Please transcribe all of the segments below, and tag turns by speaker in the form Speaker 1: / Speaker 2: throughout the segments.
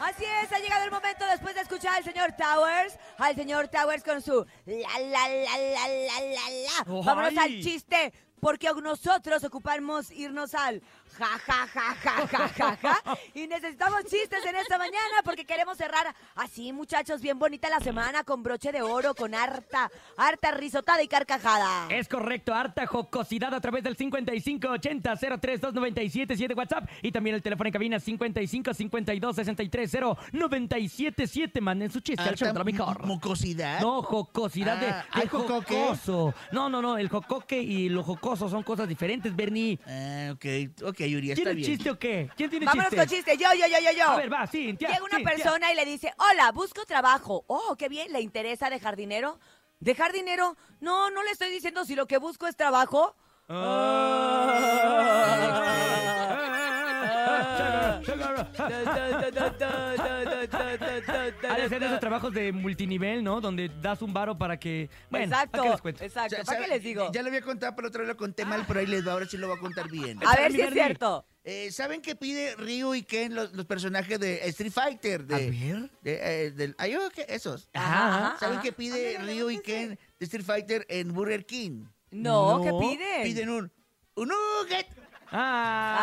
Speaker 1: Así es, ha llegado el momento después de escuchar al señor Towers, al señor Towers con su la la la la la la la.
Speaker 2: ¡Ay!
Speaker 1: Vámonos al chiste, porque nosotros ocupamos irnos al ja ja ja ja ja ja ja. Y necesitamos chistes en esta mañana porque queremos cerrar así, muchachos, bien bonita la semana con broche de oro, con harta, harta risotada y carcajada.
Speaker 2: Es correcto, harta jocosidad a través del 5580-032977 WhatsApp y también el teléfono en cabina 5552-630977. Manden su chiste al show de la mejor.
Speaker 3: mu- mucosidad.
Speaker 2: No, jocosidad de,
Speaker 3: ¿eh? Ah,
Speaker 2: de
Speaker 3: ¿hay jocoque?
Speaker 2: jocoso. No, no, no, el jocoque y lo jocoso son cosas diferentes, Bernie.
Speaker 3: Ah, ok, ok, Yuri, está
Speaker 2: ¿Tiene
Speaker 3: bien.
Speaker 2: chiste o qué? ¿Quién tiene
Speaker 1: Vámonos con
Speaker 2: chiste?
Speaker 1: chiste, yo, yo, yo, yo, yo.
Speaker 2: A ver, va, sí,
Speaker 1: Llega una persona y le dice, hola, busco trabajo. Oh, qué bien, ¿le interesa dejar dinero? ¿Dejar dinero? No, no le estoy diciendo si lo que busco es trabajo.
Speaker 2: Ha de ser de esos trabajos de multinivel, ¿no? Donde das un varo para que. Bueno, ¿para
Speaker 1: exacto,
Speaker 2: qué les cuento?
Speaker 1: exacto.
Speaker 3: Ya-
Speaker 1: ¿Para
Speaker 3: ya-
Speaker 1: qué les digo?
Speaker 3: Ya lo había contado, pero otra vez lo conté mal, pero ahí les va, ahora sí lo voy a contar bien.
Speaker 1: A ver
Speaker 2: Charlie
Speaker 1: si es
Speaker 2: Bernie.
Speaker 1: cierto.
Speaker 3: Eh, ¿Saben qué pide Ryu y Ken los, los personajes de Street Fighter? De,
Speaker 2: A ver.
Speaker 3: de, eh, del- ay, oh, ¿qué? esos.
Speaker 2: Ajá,
Speaker 1: ajá.
Speaker 3: ¿Saben qué pide
Speaker 1: Ándale,
Speaker 3: Ryu y
Speaker 1: levántense.
Speaker 3: Ken de Street Fighter en Burger King?
Speaker 1: No,
Speaker 2: No,
Speaker 1: ¿qué piden?
Speaker 3: Piden un, un nugget.
Speaker 2: Ah.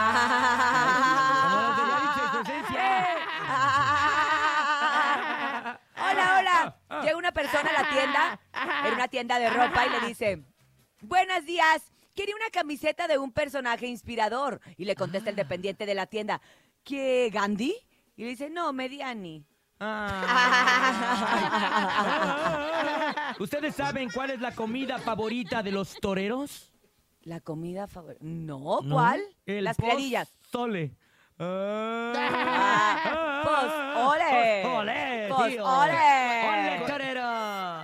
Speaker 2: Como los de la licencia.
Speaker 1: Ah. Hola, hola. Llega una persona a la tienda, en una tienda de ropa, y le dice, buenos días, quería una camiseta de un personaje inspirador. Y le contesta el dependiente de la tienda, ¿qué, Gandhi? Y le dice, no, Mediani.
Speaker 2: Ah. ¿Ustedes saben cuál es la comida favorita de los toreros?
Speaker 1: La comida favorita. No,
Speaker 2: ¿No?
Speaker 1: ¿cuál?
Speaker 2: El
Speaker 1: Las clarillas.
Speaker 2: Pozole. ah,
Speaker 1: Ah, pozole.
Speaker 2: Pozole, tío.
Speaker 1: Pozole.
Speaker 2: Ole, torero.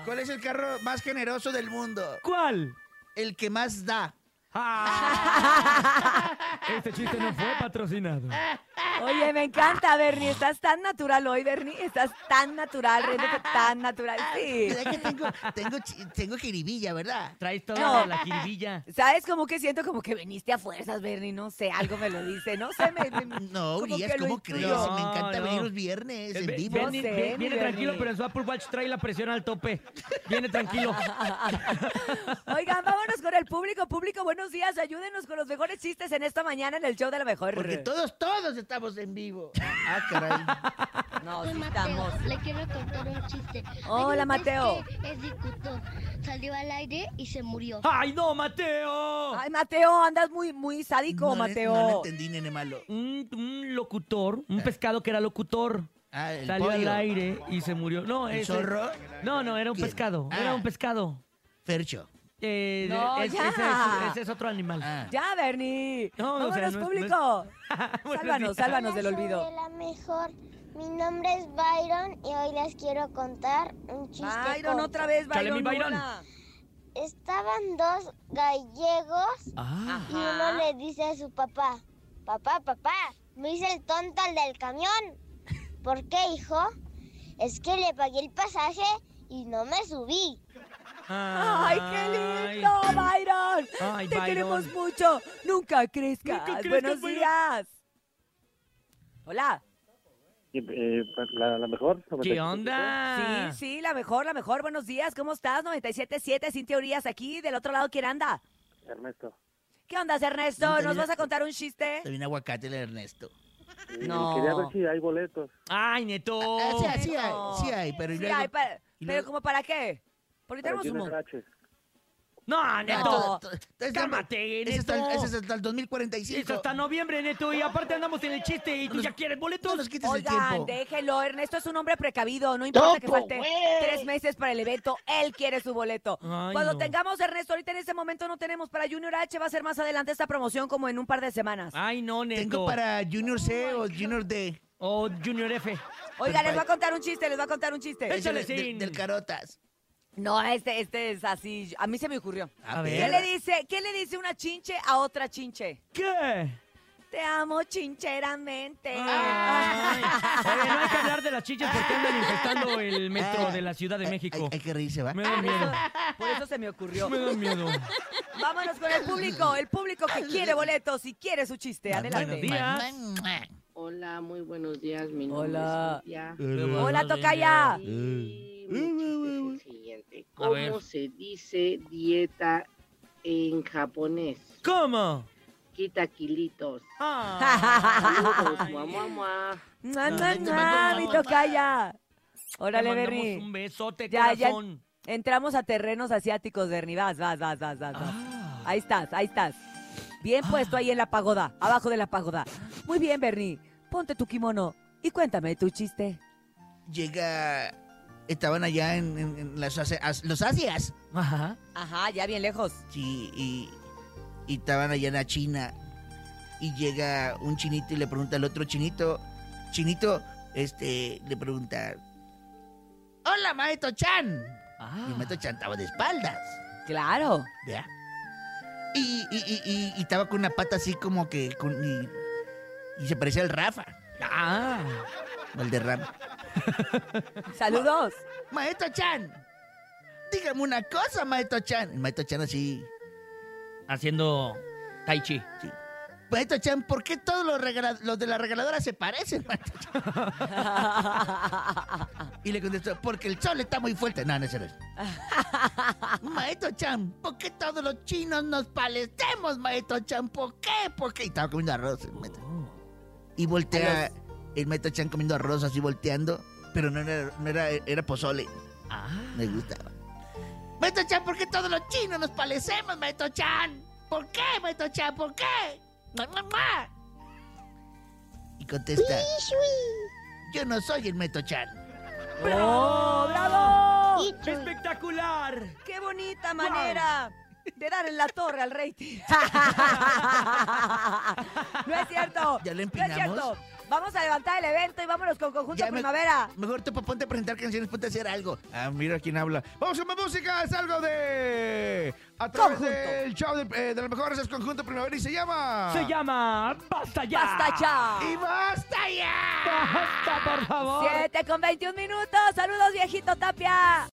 Speaker 3: ¿Cuál es el carro más generoso del mundo?
Speaker 2: ¿Cuál?
Speaker 3: El que más da.
Speaker 2: Ah. Este chiste no fue patrocinado.
Speaker 1: Oye, me encanta, Bernie. Estás tan natural hoy, Bernie. Estás tan natural, riéndote tan natural. Sí.
Speaker 3: ¿Verdad que tengo, tengo, chi- tengo jiribilla, verdad?
Speaker 2: Traes toda
Speaker 1: No.
Speaker 2: la jiribilla.
Speaker 1: ¿Sabes? Como que siento como que viniste a fuerzas, Bernie. No sé, algo me lo dice. No sé, me. me-
Speaker 3: No,
Speaker 1: como
Speaker 3: Urias,
Speaker 1: que lo
Speaker 3: ¿cómo crees?
Speaker 1: intuyo.
Speaker 2: No,
Speaker 3: Me encanta
Speaker 2: no. Eh,
Speaker 3: venir los viernes en
Speaker 2: Ve-
Speaker 3: vivo.
Speaker 1: ven-
Speaker 2: viene
Speaker 1: No sé,
Speaker 2: viene
Speaker 1: mi
Speaker 2: tranquilo,
Speaker 1: Bernie.
Speaker 2: pero en su Apple Watch trae la presión al tope. Viene tranquilo.
Speaker 1: Oigan, vámonos con el público. Público, buenos días. Ayúdenos con los mejores chistes en esta mañana en el show de la mejor.
Speaker 3: Porque todos, todos estamos en vivo. Ah, caray.
Speaker 1: No, sí
Speaker 4: Soy Mateo,
Speaker 1: estamos.
Speaker 4: le quiero contar un chiste. Hay
Speaker 1: Hola,
Speaker 4: un pez
Speaker 1: Mateo.
Speaker 4: que Es dicuto. Salió al aire y se murió.
Speaker 2: ¡Ay, no, Mateo!
Speaker 1: Ay, Mateo, andas muy, muy sádico,
Speaker 3: No le-
Speaker 1: Mateo.
Speaker 3: No lo entendí, nene malo.
Speaker 2: Un, un locutor, un pescado que era locutor.
Speaker 3: Ah, el
Speaker 2: Salió al
Speaker 3: pollo.
Speaker 2: aire y se murió. No,
Speaker 3: ¿El
Speaker 2: ese-
Speaker 3: zorro?
Speaker 2: No, no, era un
Speaker 3: ¿Quién?
Speaker 2: pescado. Era
Speaker 3: Ah.
Speaker 2: un pescado.
Speaker 3: Fercho.
Speaker 2: Eh,
Speaker 1: No,
Speaker 2: es-
Speaker 1: ya.
Speaker 2: Ese, es, ese es otro animal.
Speaker 3: Ah.
Speaker 1: Ya, Bernie.
Speaker 2: No, o
Speaker 1: vámonos,
Speaker 2: sea, no es-
Speaker 1: público.
Speaker 2: no Buenos
Speaker 1: Sálvanos,
Speaker 2: días.
Speaker 1: sálvanos del
Speaker 5: Hola,
Speaker 1: olvido.
Speaker 5: soy de la mejor. Mi nombre es Byron y hoy les quiero contar un chiste.
Speaker 1: Byron,
Speaker 5: corto.
Speaker 1: otra vez,
Speaker 2: Chale,
Speaker 1: Byron.
Speaker 2: mi Byron.
Speaker 1: hola.
Speaker 5: Estaban dos gallegos
Speaker 2: Ah.
Speaker 5: y uno le dice a su papá, papá, papá, me hice el tonto al del camión. ¿Por qué, hijo? Es que le pagué el pasaje y no me subí.
Speaker 1: Ah. ¡Ay, qué lindo, Byron!
Speaker 2: Ay,
Speaker 1: Te
Speaker 2: Byron.
Speaker 1: queremos mucho. Nunca crezcas.
Speaker 2: Nunca crezcas,
Speaker 1: Buenos
Speaker 2: Byron.
Speaker 1: días. Hola.
Speaker 6: Eh, la, la mejor.
Speaker 2: ¿Qué onda?
Speaker 1: Sí, sí, la mejor, la mejor. Buenos días. ¿Cómo estás? 97.7, sin teorías aquí. Del otro lado, ¿quién anda?
Speaker 6: Ernesto.
Speaker 1: ¿Qué onda,
Speaker 3: No
Speaker 1: Ernesto?
Speaker 3: te
Speaker 1: ¿Nos
Speaker 3: digas-
Speaker 1: vas a contar un chiste?
Speaker 3: También aguacate el Ernesto.
Speaker 6: Eh,
Speaker 1: No.
Speaker 6: Quería ver si hay boletos.
Speaker 2: Ay, Neto.
Speaker 3: Ah, sí, hay, sí hay,
Speaker 1: Bueno.
Speaker 3: sí hay, pero... y
Speaker 1: Sí,
Speaker 3: luego-
Speaker 1: hay, pa-
Speaker 3: y
Speaker 1: pero
Speaker 3: luego-
Speaker 1: ¿como para qué? Porque
Speaker 6: Para
Speaker 1: tenemos
Speaker 6: Johnny
Speaker 1: humor.
Speaker 6: Rache.
Speaker 2: No,
Speaker 3: Ah,
Speaker 2: Neto.
Speaker 3: todo- todo- es-
Speaker 2: Cálmate,
Speaker 3: Ese hasta, el-
Speaker 2: Neto.
Speaker 3: ese es hasta el 2045.
Speaker 2: Es hasta noviembre, Neto. Y aparte andamos en el chiste y tú ya quieres
Speaker 3: No nos
Speaker 2: boletos.
Speaker 3: quites el
Speaker 1: Oigan,
Speaker 3: tiempo.
Speaker 1: déjelo, Ernesto es un hombre precavido, no importa que
Speaker 2: pues,
Speaker 1: falte tres meses para el evento, él quiere su boleto.
Speaker 2: Ay,
Speaker 1: Cuando
Speaker 2: no.
Speaker 1: tengamos Ernesto, ahorita en este momento no tenemos para Junior H, va a ser más adelante esta promoción como en un par de semanas.
Speaker 2: Ay, no, Neto.
Speaker 3: Tengo para
Speaker 2: Oh
Speaker 3: Junior C o Junior D.
Speaker 2: O Junior F.
Speaker 1: Oigan, les voy a contar un chiste, les voy a contar un chiste.
Speaker 2: Es- Échale,
Speaker 3: Ese de-
Speaker 2: sin.
Speaker 3: de- Del Carotas.
Speaker 1: No, este, este es así, a mí se me ocurrió.
Speaker 2: A
Speaker 3: Ah,
Speaker 2: ver.
Speaker 1: ¿Qué
Speaker 3: pero-
Speaker 1: le dice, qué le dice una chinche a otra chinche?
Speaker 2: ¿Qué?
Speaker 1: Te amo chincheramente.
Speaker 2: Ay. Oye, no hay que hablar de las chichas porque andan infectando el metro
Speaker 3: Ah,
Speaker 2: de la Ciudad de
Speaker 3: hay-
Speaker 2: México.
Speaker 3: Hay, hay que reírse, ¿va?
Speaker 2: Me da
Speaker 1: Ah, Por eso,
Speaker 2: miedo.
Speaker 1: por eso se me ocurrió.
Speaker 2: Me da miedo.
Speaker 1: Vámonos con el público, el público que quiere boletos y quiere su chiste. Adelante.
Speaker 2: Buenos días.
Speaker 3: Ah, Mua, mua.
Speaker 7: Hola, muy buenos días. Mi nombre
Speaker 1: Hola. Ah.
Speaker 7: es Cintia.
Speaker 1: Hola, tocaya.
Speaker 7: Y
Speaker 2: Mm.
Speaker 7: mi chiste es el siguiente.
Speaker 2: A ver.
Speaker 7: ¿Cómo se dice dieta en japonés?
Speaker 2: ¿Cómo?
Speaker 7: Quita kilitos. Saludos, mua, mua, mua.
Speaker 1: Mua,
Speaker 2: No,
Speaker 1: mua,
Speaker 2: te mando
Speaker 1: mua,
Speaker 2: una
Speaker 1: mi
Speaker 2: bomba.
Speaker 1: tocaya. Órale,
Speaker 2: Te mandamos
Speaker 1: Bernie.
Speaker 2: Un besote,
Speaker 1: Ya, ya.
Speaker 2: corazón.
Speaker 1: Entramos a terrenos asiáticos, Bernie. Vas, vas, vas, vas, vas. vas.
Speaker 2: Ah.
Speaker 1: Ahí estás, ahí estás. Bien puesto ahí en la pagoda, abajo de la pagoda. Muy bien, Bernie. Ponte tu kimono y cuéntame tu chiste.
Speaker 3: Llega. Estaban allá en, en- en las Ace- As- los Asias.
Speaker 2: Ajá.
Speaker 1: Ajá, ya bien lejos.
Speaker 3: Sí, y, y estaban allá en la China. Y llega un chinito y le pregunta al otro chinito. Chinito, este, le pregunta. Hola, maestro Chan.
Speaker 2: Ah.
Speaker 3: Y el maestro Chan estaba de espaldas.
Speaker 1: Claro.
Speaker 3: ¿Vea? Y, y, y- y- y estaba con una pata así como que. con- y, y se parecía al Rafa,
Speaker 2: Ah.
Speaker 3: al de Rafa.
Speaker 1: Saludos.
Speaker 3: Maestro Chan, dígame una cosa, maestro Chan. El maestro Chan así.
Speaker 2: Haciendo tai chi.
Speaker 3: Maestro Chan, ¿por qué todos los, regala- los de la regaladora se parecen, maestro Chan? Y le contestó, porque el sol está muy fuerte. No, no es cierto. maestro Chan, ¿por qué todos los chinos nos palestemos, maestro Chan? ¿Por qué? ¿Por qué? Y estaba comiendo arroz. el maestro.
Speaker 1: Oh.
Speaker 3: Y voltea el maestro Chan comiendo arroz así volteando, pero no era, no era, era pozole.
Speaker 2: Ah.
Speaker 3: Me gustaba. Maestro Chan, ¿por qué todos los chinos nos palecemos, Maestro Chan? ¿Por qué, Maestro Chan? ¿Por qué? ¡Mua, mua, mua! Y contesta, yo no soy el Maestro Chan.
Speaker 1: ¡Oh, bravo!
Speaker 5: Y tú,
Speaker 2: ¡Espectacular!
Speaker 1: ¡Qué bonita manera de dar en la torre al rating! no es cierto.
Speaker 3: ¿Ya lo
Speaker 1: No
Speaker 3: empinamos?
Speaker 1: es cierto. Vamos a levantar el evento y vámonos con Conjunto
Speaker 3: Ya me-
Speaker 1: Primavera.
Speaker 3: Mejor te ponte a presentar canciones, ponte a hacer algo. Ah, mira quién habla. Vamos con más música, es algo de... A través
Speaker 1: Conjunto.
Speaker 3: del show de, eh, de las mejores es Conjunto Primavera y se
Speaker 1: Ah.
Speaker 3: llama...
Speaker 2: Se llama Basta ya.
Speaker 1: ¡Basta
Speaker 3: ¡Y
Speaker 1: ya!
Speaker 3: basta ya!
Speaker 2: Basta, por favor.
Speaker 1: 7 con 21 minutos. Saludos, viejito Tapia.